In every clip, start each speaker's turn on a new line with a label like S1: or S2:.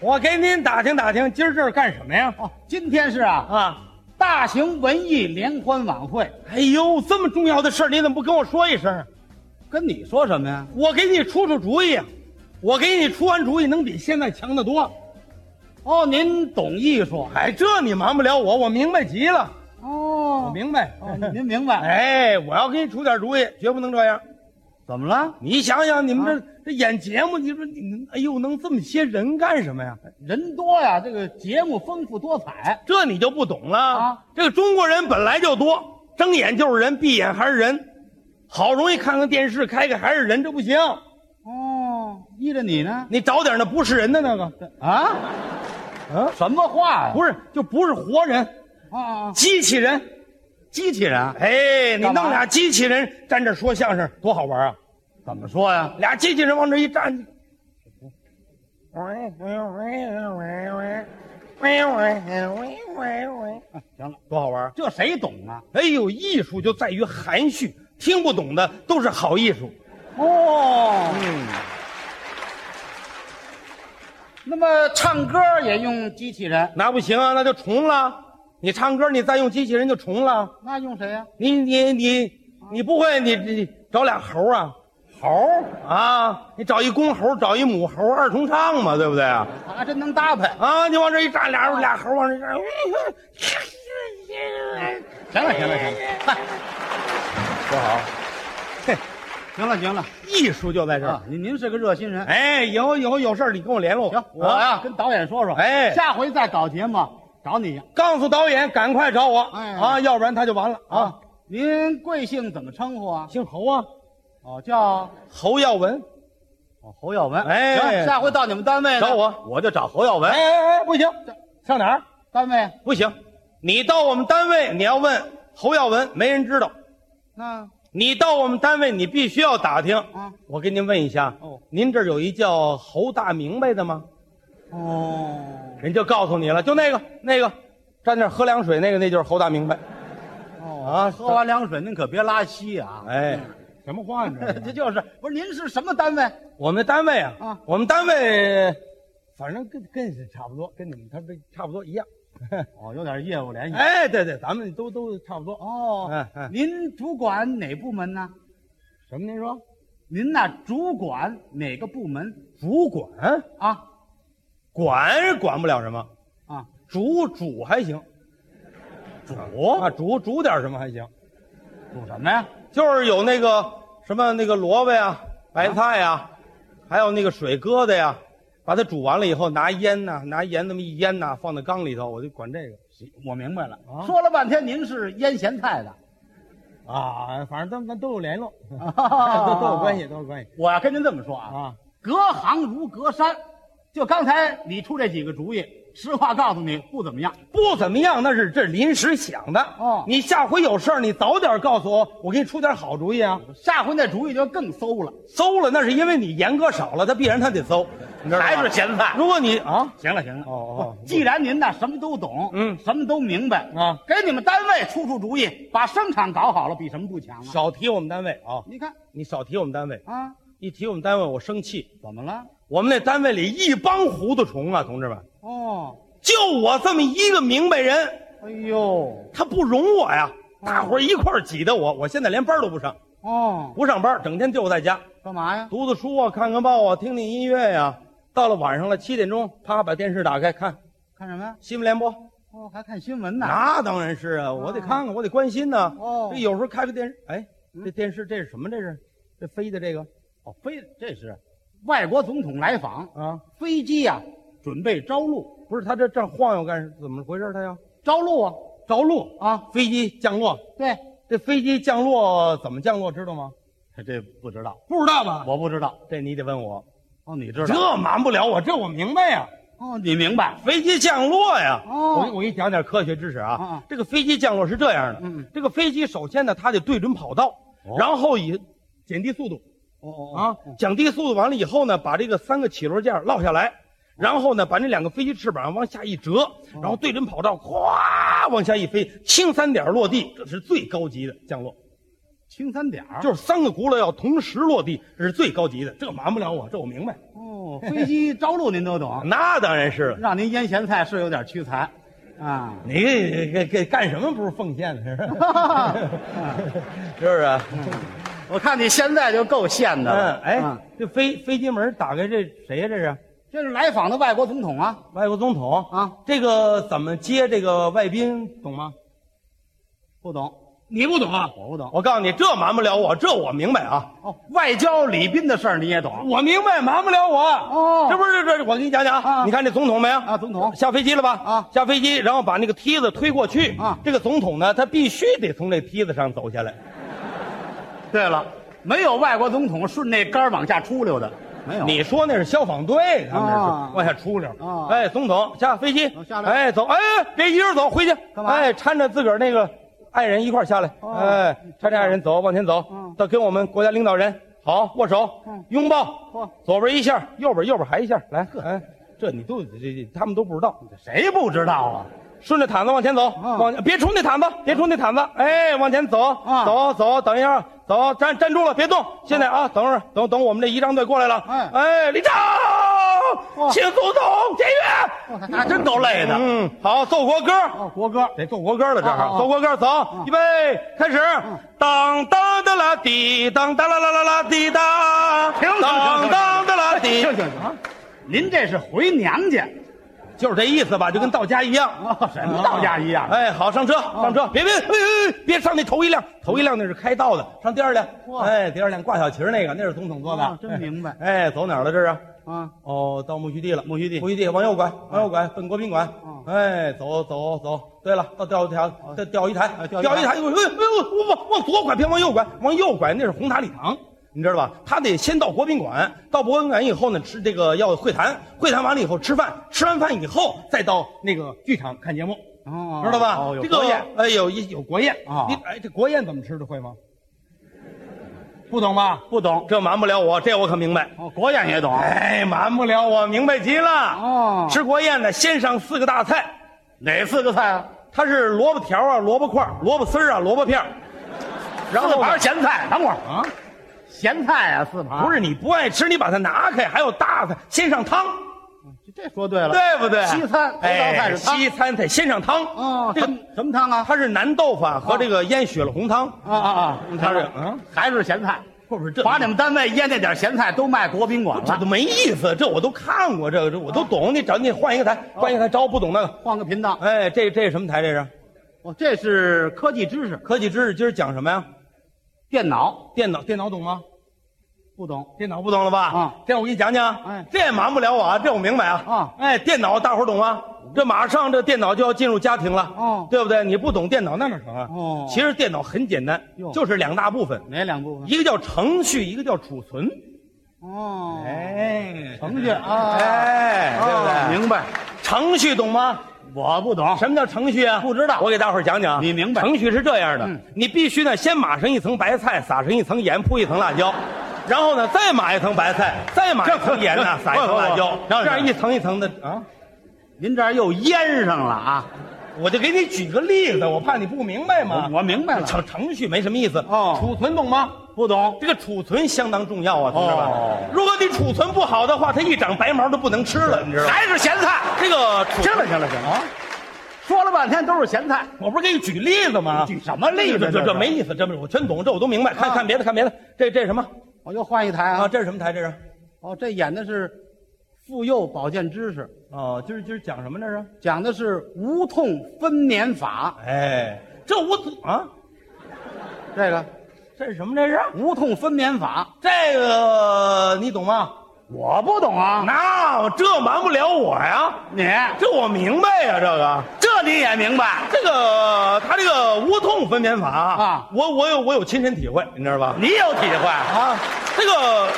S1: 我给您打听打听，今儿这儿干什么呀？
S2: 哦，今天是啊
S1: 啊，
S2: 大型文艺联欢晚会，
S1: 哎呦，这么重要的事儿，你怎么不跟我说一声？
S2: 跟你说什么呀？
S1: 我给你出出主意，啊我给你出完主意，能比现在强得多。
S2: 哦，您懂艺术
S1: 哎，这你瞒不了我，我明白极了，我
S2: 哦，
S1: 明白。
S2: 哦您明白？
S1: 哎，我要给你出点主意，绝不能这样。
S2: 怎么了？
S1: 你想想，你们
S2: 啊
S1: 这、这演节目，你说你们，哎呦，能这么些人干什么
S2: 啊
S1: 呀？
S2: 人多呀，这个节目丰富多彩。
S1: 这你就不懂了
S2: 啊！
S1: 这个中国人本来就多，睁眼就是人，闭眼还是人，好容易看看电视，开开还是人，这不行。
S2: 哦，依着你呢？
S1: 你找点那不是人的那个，
S2: 啊？
S1: 嗯、
S2: 什么话呀？
S1: 不是就不是活人，
S2: 是啊啊！
S1: 机器人。
S2: 机器人
S1: 哎，你
S2: 干嘛
S1: 弄俩机器人站这儿说相声，多好玩啊！
S2: 怎么说呀？
S1: 俩机器人往这一站，
S2: 啊行了，
S1: 多好玩啊！
S2: 这谁懂啊？
S1: 哎呦，艺术就在于含蓄，听不懂的都是好艺术。
S2: 哦，嗯。那么唱歌也用机器人，
S1: 那不行啊，那就重了。你唱歌，你再用机器人就重了。
S2: 那用谁呀、
S1: 你你你你不会，你你找俩猴啊
S2: 猴，
S1: 啊！你找一公猴，找一母猴，二重唱嘛，对不对啊？
S2: 他还真能搭配。
S1: 啊，你往这一站，俩俩猴往这一站，
S2: 行了，行了，行了，嗨，
S1: 多好！嘿，
S2: 行了，行了。
S1: 艺术就在这儿
S2: 啊。，您您是个热心人。
S1: 哎，以后以后有事儿你跟我联络。
S2: 行，我呀、跟导演说说，
S1: 哎
S2: 下回再搞节目找你啊
S1: 告诉导演赶快找我
S2: 哎
S1: 啊，要不然他就完了啊
S2: 啊。。您贵姓怎么称呼啊？
S1: 姓侯啊，
S2: 哦，叫
S1: 侯耀文。
S2: 哦侯耀文。
S1: 哎
S2: 行，下回到你们单位呢
S1: 找我，
S2: 我就找侯耀文。
S1: 哎哎哎，不行，上哪儿？
S2: 单位
S1: 不行，你到我们单位，你要问侯耀文，没人知道。
S2: 那
S1: 你到我们单位，你必须要打听。
S2: 啊
S1: 我跟您问一下，
S2: 哦
S1: 您这儿有一叫侯大明白的吗？
S2: 哦
S1: 人就告诉你了，就那个那个，站那儿喝凉水那个，那就是侯大明白。
S2: 哦
S1: 啊
S2: 喝完凉水您可别拉稀啊。嗯
S1: 哎，什么话你
S2: 这就是不是您是什么单位？
S1: 我们单位啊，
S2: 啊
S1: 我们单位，反正跟跟是差不多，跟你们他这差不多一样。
S2: 哦，有点业务联系。
S1: 哎，对对，咱们都都差不多。
S2: 哦，
S1: 哎哎
S2: 您主管哪部门呢？
S1: 什么？您说
S2: 您呐，主管哪个部门
S1: 主管
S2: 啊？
S1: 管管不了什么，
S2: 啊，
S1: 主主还行
S2: 主
S1: 啊，主主点什么还行。
S2: 主什么呀？
S1: 就是有那个什么那个萝卜呀、白菜呀，还有那个水疙瘩呀，把它煮完了以后拿烟呐、拿盐那么一腌呐、放在缸里头，我就管这个
S2: 我明白了，
S1: 啊
S2: 说了半天您是腌咸菜的，
S1: 啊。反正咱咱都有 联络，都
S2: 都
S1: 都有关系，。都有关系
S2: 我要跟您这么说啊，
S1: 啊。
S2: 隔行如隔山，就刚才你出这几个主意，实话告诉你不怎么样。
S1: 不怎么样，那是这临时想的。
S2: 哦
S1: 你下回有事儿，你早点告诉我，我给你出点好主意啊。
S2: 下回那主意就更馊了，
S1: 馊了，那是因为你严格少了，他必然他得馊，你知道吗？
S2: 咸菜。
S1: 如果你啊
S2: 行了行了，
S1: 哦哦
S2: 既然您呐什么都懂，
S1: 嗯
S2: 什么都明白
S1: 啊，
S2: 给你们单位出出主意，把生产搞好了，比什么不强啊？
S1: 少提我们单位啊，
S2: 你看
S1: 你少提我们单位，
S2: 啊，
S1: 一提我们单位我生气。
S2: 怎么了？
S1: 我们那单位里一帮糊涂虫啊，同志们，
S2: 哦，
S1: 就我这么一个明白人，
S2: 哎呦，
S1: 他不容我呀。大伙儿一块儿挤得我，我现在连班都不上，
S2: 哦，
S1: 不上班，整天就在家
S2: 干嘛呀？
S1: 读读书啊，看看报啊，听听音乐呀、到了晚上了，七点钟，啪，把电视打开看
S2: 看什么呀？
S1: 新闻联播。
S2: 哦，还看新闻呢。
S1: 那当然是啊，我得看看，我得关心呐。
S2: 哦
S1: 这有时候开个电视，哎，
S2: 嗯
S1: 这电视这是什么？这是这飞的啊这个
S2: 哦，飞这是外国总统来访，
S1: 啊？
S2: 飞机呀、准备着陆，
S1: 不是，他这这晃悠干什？怎么回事？他要
S2: 着陆啊
S1: 着陆，
S2: 啊，
S1: 飞机降落，
S2: 对，
S1: 这飞机降落怎么降落知道吗？
S2: 哎这不知道，
S1: 不知道吧？
S2: 我不知道。
S1: 这你得问我，
S2: 哦，你知道？
S1: 这瞒不了我，这我明白呀。
S2: 哦，你明白？
S1: 飞机降落呀，
S2: 哦
S1: 我给我给你讲点科学知识啊。
S2: 嗯嗯
S1: 这个飞机降落是这样的，
S2: 嗯嗯
S1: 这个飞机首先呢，它得对准跑道，
S2: 哦
S1: 然后以减低速度
S2: 哦哦哦
S1: 啊，降低速度完了以后呢，把这个三个起落架落下来，然后呢，把那两个飞机翅膀往下一折，然后对准跑道，哗往下一飞，轻三点落地，这是最高级的降落。
S2: 轻三点儿。
S1: 啊就是三个轱辘要同时落地，这是最高级的，这瞒不了我，这我明白。哦
S2: 哦，飞机着陆您都懂，
S1: 那当然是了。
S2: 让您腌咸菜是有点屈才，啊，
S1: 你给给给干什么不是奉献 的？是不是啊？
S2: 我看你现在就够现的
S1: 嗯
S2: 了。，
S1: 哎
S2: 啊，
S1: 这飞飞机门打开，这谁呀？这是
S2: 这是来访的外国总统啊
S1: 外国总统
S2: 啊！
S1: 这个怎么接这个外宾，懂吗？
S2: 不懂，
S1: 你不懂啊？
S2: 我不懂。
S1: 我告诉你，这瞒不了我，这我明白啊。
S2: 哦，外交礼宾的事儿你也懂
S1: 我明白，瞒不了我。
S2: 哦
S1: 这不是这，我给你讲讲
S2: 啊
S1: 你看这总统没有？
S2: 啊，总统
S1: 下飞机了吧？
S2: 啊
S1: 下飞机，然后把那个梯子推过去。
S2: 啊
S1: 这个总统呢，他必须得从这梯子上走下来。
S2: 对了，没有外国总统顺那杆儿往下出溜的，没有。
S1: 你说那是消防队，他们那
S2: 哦啊
S1: 是往下出溜。
S2: 啊
S1: 哎，总统下飞机
S2: 哦，下来
S1: 哎，走，哎，别一人走，回去
S2: 干嘛
S1: 哎，搀着自个儿那个爱人一块儿下来，
S2: 哦
S1: 哎，搀着爱人走，往前走
S2: 嗯，
S1: 到跟我们国家领导人好握手
S2: 嗯，
S1: 拥抱
S2: 嚯，
S1: 左边一下，右边右边还一下，来，哎，这你都这这他们都不知道，
S2: 谁不知道 啊？
S1: 顺着毯子往前走，
S2: 嗯
S1: 往别冲那毯子，别冲那毯子，哎，往前走，
S2: 啊
S1: 走走，等一下，走，站站住了，别动，现在啊，等会儿，等等，我们这仪仗队过来了，
S2: 哎
S1: 哎，立正，
S2: 哇
S1: 请总统检阅，
S2: 那真够累的。
S1: 嗯，好，奏国歌，
S2: 哦，国歌，
S1: 得奏国歌了，这
S2: 啊啊
S1: 哈，
S2: 啊嗯
S1: 奏国歌，走，预备，开始，当当的啦滴，当当啦啦啦啦滴当，
S2: 停停停
S1: 当当的啦滴，
S2: 行行啊，您这是回娘家
S1: 就是这意思吧，就跟到家一样。
S2: 哦，什么道家一哦样？
S1: 哎，好，上车，上车，别别，哎哎哎别上那头一辆，头一辆那是开道的，上第二辆
S2: 哇，
S1: 哎，第二辆挂小旗儿那个，那是总统坐的
S2: 啊，真明白
S1: 哎，走哪儿了这是？
S2: 啊，
S1: 哦，到苜蓿地了，
S2: 苜蓿地啊
S1: 苜蓿地往右拐，往右拐，奔国宾馆
S2: 嗯。
S1: 哎，走走走，对了，到钓鱼台，
S2: 啊
S1: 到钓鱼台，
S2: 钓
S1: 钓
S2: 鱼台
S1: 鱼台，哎呦哎呦，哎呦往往左拐，别往右拐，往右拐那是红塔礼堂。你知道吧？他得先到国宾馆，到国宾馆以后呢，吃这个要会谈，会谈完了以后吃饭，吃完饭以后再到那个剧场看节目。
S2: 哦
S1: 知道吧？
S2: 哦，有
S1: 这个
S2: 国宴，
S1: 哎，有一有国宴
S2: 啊
S1: 你哎，这国宴怎么吃的会吗？不懂吧？
S2: 不懂
S1: 这瞒不了我，这我可明白。
S2: 哦，国宴也懂
S1: 哎，瞒不了我，明白极了。
S2: 哦
S1: 吃国宴呢，先上四个大菜，
S2: 哪四个菜啊？
S1: 它是萝卜条啊、萝卜块、萝卜丝儿啊、萝卜片儿然
S2: 四
S1: 后呢
S2: 盘咸菜，等会儿
S1: 啊，
S2: 咸菜啊，四盘
S1: 不是你不爱吃，你把它拿开，还有大菜，先上汤，
S2: 是这说对了，
S1: 对不对？
S2: 西餐头道菜
S1: 哎，
S2: 是汤
S1: 西餐得先上汤。
S2: 哦，
S1: 这个
S2: 什么什么汤啊？
S1: 它是南豆腐啊和这个腌雪了红汤。
S2: 啊啊啊！
S1: 它是
S2: 嗯
S1: 嗯，
S2: 还是咸菜，
S1: 会不会这
S2: 把你们单位腌那点咸菜都卖国宾馆
S1: 这
S2: 了
S1: 都，没意思，这我都看过，这个这我都懂。你找你换一个台，
S2: 哦
S1: 换一个台，找我不懂那个。
S2: 换个频道。
S1: 哎，这这是什么台？这是
S2: 哦，这是科技知识，
S1: 科技知识，今儿讲什么呀？
S2: 电脑
S1: 电脑，电脑懂吗？
S2: 不懂，
S1: 电脑不懂了吧？
S2: 啊，
S1: 这样我给你讲讲。
S2: 哎
S1: 这也瞒不了我啊，这我明白啊。
S2: 啊嗯
S1: 哎，电脑大伙儿懂吗？这马上这电脑就要进入家庭了，
S2: 哦
S1: 对不对？你不懂电脑那哪成啊？
S2: 哦
S1: 其实电脑很简单
S2: 哟，
S1: 就是两大部分，
S2: 哪两部分？
S1: 一个叫程序，一个叫储存。
S2: 哦，
S1: 哎，
S2: 程序啊，
S1: 哎，对不
S2: 哦
S1: 对？
S2: 明白。
S1: 程序懂吗？
S2: 我不懂，
S1: 什么叫程序啊？
S2: 不知道
S1: 我给大伙儿讲讲啊。
S2: 你明白
S1: 程序是这样的
S2: 嗯，
S1: 你必须呢先码上一层白菜，撒上一层盐，铺一层辣椒，然后呢再码一层白菜，再码一层盐呢，撒一层辣椒
S2: 不不，不
S1: 这样一层一层的啊。
S2: 您这儿又腌上了啊！
S1: 我就给你举个例子，我怕你不明白嘛。
S2: 我明白了，
S1: 程程序没什么意思
S2: 哦
S1: 啊储存懂吗？
S2: 不懂
S1: 这个储存相当重要啊，同志们
S2: 哦。
S1: 如果你储存不好的话，它一长白毛都不能吃了，你知道吗？
S2: 还是咸菜。
S1: 这个储
S2: 行了行了行了啊！说了半天都是咸菜，
S1: 我不是给你举例子吗？
S2: 举什么例子
S1: 这这
S2: 这
S1: 这
S2: 是
S1: 没意思，这没我全懂，这我都明白。看
S2: 啊
S1: 看别的，看别的，这这是什么
S2: 我又换一台
S1: 啊？
S2: 啊！
S1: 这是什么台？这是？
S2: 哦，这演的是妇幼保健知识，
S1: 哦，今儿今儿讲什么这是？
S2: 讲的是无痛分娩法。
S1: 哎，这我啊，
S2: 这个
S1: 这是什么？这是？
S2: 无痛分娩法，
S1: 这个你懂吗？
S2: 我不懂啊。
S1: 那这瞒不了我呀，
S2: 你
S1: 这我明白呀，这个。
S2: 这你也明白？
S1: 这个他这个无痛分娩法
S2: 啊
S1: 我我有我有亲身体会，你知道吧？
S2: 你有体会
S1: 啊，这个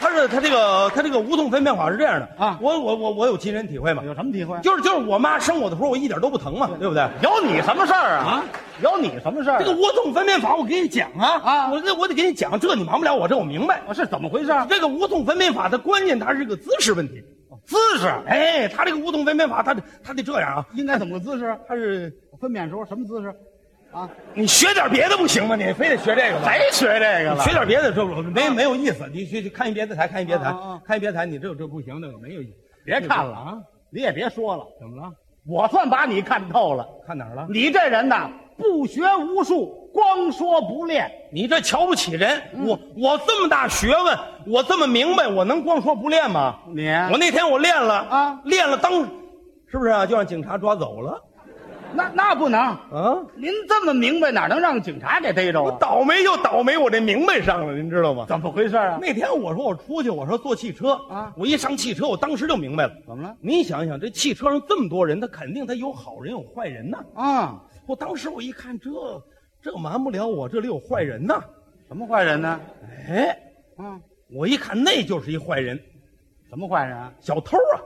S1: 他是他这个他这个无痛分娩法是这样的
S2: 啊
S1: 我我我我有亲身体会嘛，
S2: 有什么体会？
S1: 就是就是我妈生我的时候，我一点都不疼嘛，对不对？
S2: 有你什么事儿啊？
S1: 啊
S2: 有你什么事儿啊？
S1: 这个无痛分娩法，我给你讲啊
S2: 啊
S1: 我这我得给你讲，这你瞒不了我，这我明白。
S2: 我哦是怎啊么回事？
S1: 这个无痛分娩法的关键，它是个姿势问题。
S2: 姿势
S1: 哎，它这个无痛分娩法，它得它得这样啊，
S2: 应该怎么个姿势？
S1: 它是
S2: 分娩时候什么姿势？啊，
S1: 你学点别的不行吗？你非得学这个吗？
S2: 谁学这个了啊
S1: 学？点别的，这不没没有意思。你去去看一别的台，看一别的台，
S2: 啊啊啊
S1: 看一别的台，你这这不行，那个没有意思。
S2: 别看了啊，你也别说了，
S1: 怎么了？
S2: 我算把你看透了。
S1: 看哪儿了？
S2: 你这人呐，不学无术，光说不练。
S1: 你这瞧不起人！我我这么大学问，我这么明白，我能光说不练吗？
S2: 你
S1: 我那天我练了
S2: 啊
S1: 练了当，是不是啊？就让警察抓走了
S2: 那那不能，
S1: 啊？
S2: 您这么明白，哪能让警察给逮着
S1: 我
S2: 啊？
S1: 倒霉就倒霉，我这明白上了，您知道吗？
S2: 怎么回事啊？
S1: 那天我说我出去，我说坐汽车
S2: 啊
S1: 我一上汽车，我当时就明白了。
S2: 怎么了？
S1: 你想想，这汽车上这么多人，他肯定他有好人有坏人呐。
S2: 啊，
S1: 我当时我一看，这这瞒不了我，这里有坏人呐。
S2: 什么坏人呢？
S1: 哎，
S2: 啊，
S1: 我一看那就是一坏人，
S2: 什么坏人啊？
S1: 小偷啊！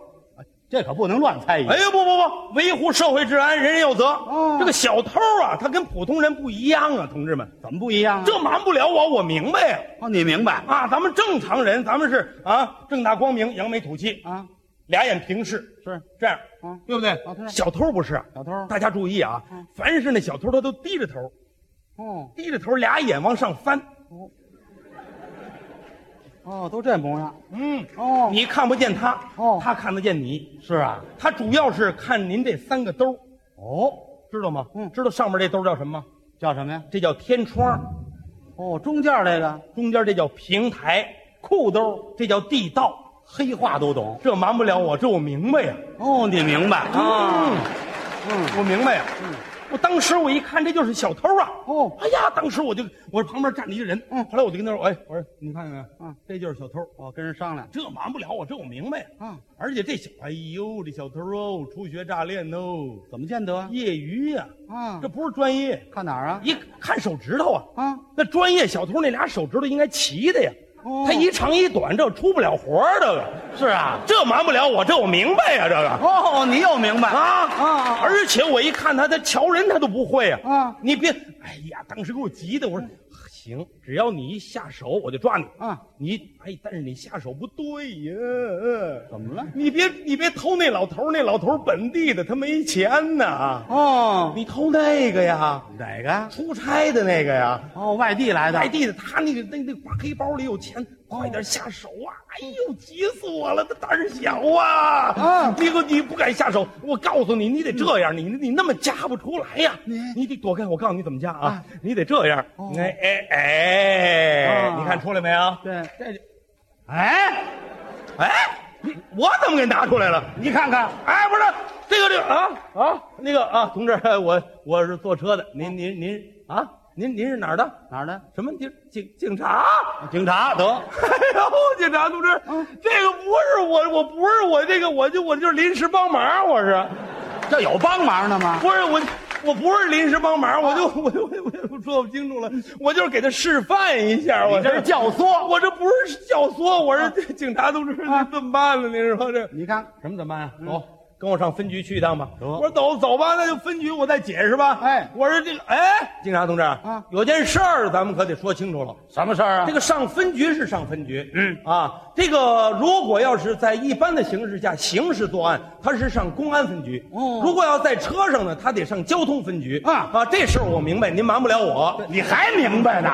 S2: 这可不能乱猜疑。
S1: 哎呀，不不不，维护社会治安，人人有责。
S2: 哦
S1: 这个小偷啊，他跟普通人不一样啊，同志们，
S2: 怎么不一样啊？
S1: 这瞒不了我，我明白呀、
S2: 哦，你明白
S1: 啊。咱们正常人，咱们是啊，正大光明，扬眉吐气，
S2: 啊？
S1: 俩眼平视，
S2: 是
S1: 这样，
S2: 啊，
S1: 对不对？
S2: 小偷
S1: 小偷不是，啊
S2: 小偷
S1: 大家注意啊，凡是那小偷，他都低着头，
S2: 哦
S1: 低着头，俩眼往上翻，
S2: 哦，都这模样
S1: 嗯，
S2: 哦
S1: 你看不见他，
S2: 哦
S1: 他看得见你，
S2: 是啊
S1: 他主要是看您这三个兜，
S2: 哦，
S1: 知道吗？
S2: 嗯
S1: 知道上面这兜叫什么吗？
S2: 叫什么呀？
S1: 这叫天窗，
S2: 哦，中间这个
S1: 中间这叫平台，裤兜这叫地道，
S2: 黑话都懂
S1: 这瞒不了我，这我明白呀、
S2: 哦，你明白啊？嗯
S1: 我明白呀、我当时我一看，这就是小偷啊！
S2: 哦
S1: 哎呀，当时我就我旁边站着一个人，
S2: 嗯
S1: 后来我就跟他说：“哎，我说你看见没有？
S2: 嗯，
S1: 这就是小偷，
S2: 哦，跟人商量
S1: 这瞒不了我，这我明白呀、
S2: 啊？
S1: 而且这小，哎呦，这小偷哦，初学乍练哦，
S2: 怎么见得啊？
S1: 业余呀、
S2: 啊
S1: 这不是专业。
S2: 看哪儿啊？
S1: 一看手指头啊，
S2: 啊，
S1: 那专业小偷那俩手指头应该齐的呀，
S2: 哦
S1: 他一长一短，这出不了活儿，这个
S2: 是啊。
S1: 这瞒不了我，这我明白呀、这个
S2: 哦，你又明白
S1: 啊
S2: 啊啊
S1: 而且我一看他，他瞧人他都不会啊。
S2: 啊嗯
S1: 你别，哎呀，当时给我急的，我说行，只要你一下手，我就抓你。
S2: 啊？
S1: 你哎，但是你下手不对呀，呃
S2: 怎么了？
S1: 你别你别偷那老头儿，那老头儿本地的，他没钱呐。
S2: 哦，
S1: 你偷那个呀，
S2: 哪个？
S1: 出差的那个呀，
S2: 哦，外地来的
S1: 外地的，他那个那那挂黑包里有钱，快点下手啊！哎呦，急死我了，他胆儿小啊！
S2: 啊
S1: 你给我你不敢下手，我告诉你，你得这样，你你你那么夹不出来呀、
S2: 你
S1: 你得躲开，我告诉你怎么夹啊！
S2: 啊
S1: 你得这样，
S2: 哦
S1: 哎哎哎，
S2: 啊
S1: 你看出来没有？
S2: 对，
S1: 这就
S2: 哎，
S1: 哎，你我怎么给拿出来了？
S2: 你看看，
S1: 哎，不是这个这个啊啊那个啊，同志，我我是坐车的，您您您啊，您您是哪儿的？
S2: 哪儿的？
S1: 什么警警警察？
S2: 警察 得
S1: 哎呦，警察同志，
S2: 啊
S1: 这个不是我，我不是我，这个我就我就是临时帮忙，我是，
S2: 这有帮忙的吗？
S1: 不是我，我不是临时帮忙，我
S2: 啊
S1: 就我就我就我说不清楚了，我就是给他示范一下，我
S2: 你这是教唆。
S1: 我这不是教唆，我是警察同志，
S2: 啊
S1: 这怎么办呢？您说这
S2: 你看，
S1: 什么怎么办呀？啊走，嗯跟我上分局去一趟吧。
S2: 得
S1: 我说走走吧，那就分局我再解释吧。
S2: 哎
S1: 我说这个，哎，警察同志
S2: 啊
S1: 有件事儿咱们可得说清楚了。
S2: 什么事儿啊
S1: 这个上分局是上分局，嗯啊，这个如果要是在一般的形势下刑事作案，他是上公安分局。
S2: 哦
S1: 如果要在车上呢，他得上交通分局。
S2: 啊
S1: 啊，这事儿我明白，您瞒不了我。
S2: 你还明白呢？